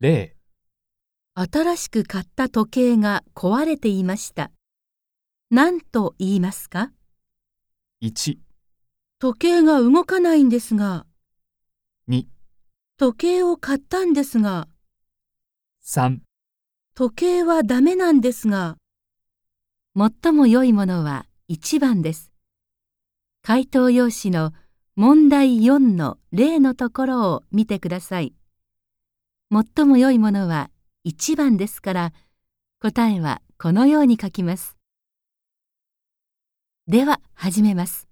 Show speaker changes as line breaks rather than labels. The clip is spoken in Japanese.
例、
新しく買った時計が壊れていました。何と言いますか
1、
時計が動かないんですが。
2
時計を買ったんですが、
3。
時計はダメなんですが。最も良いものは1番です。回答用紙の問題4の例のところを見てください。最も良いものは1番ですから、答えはこのように書きます。では、始めます。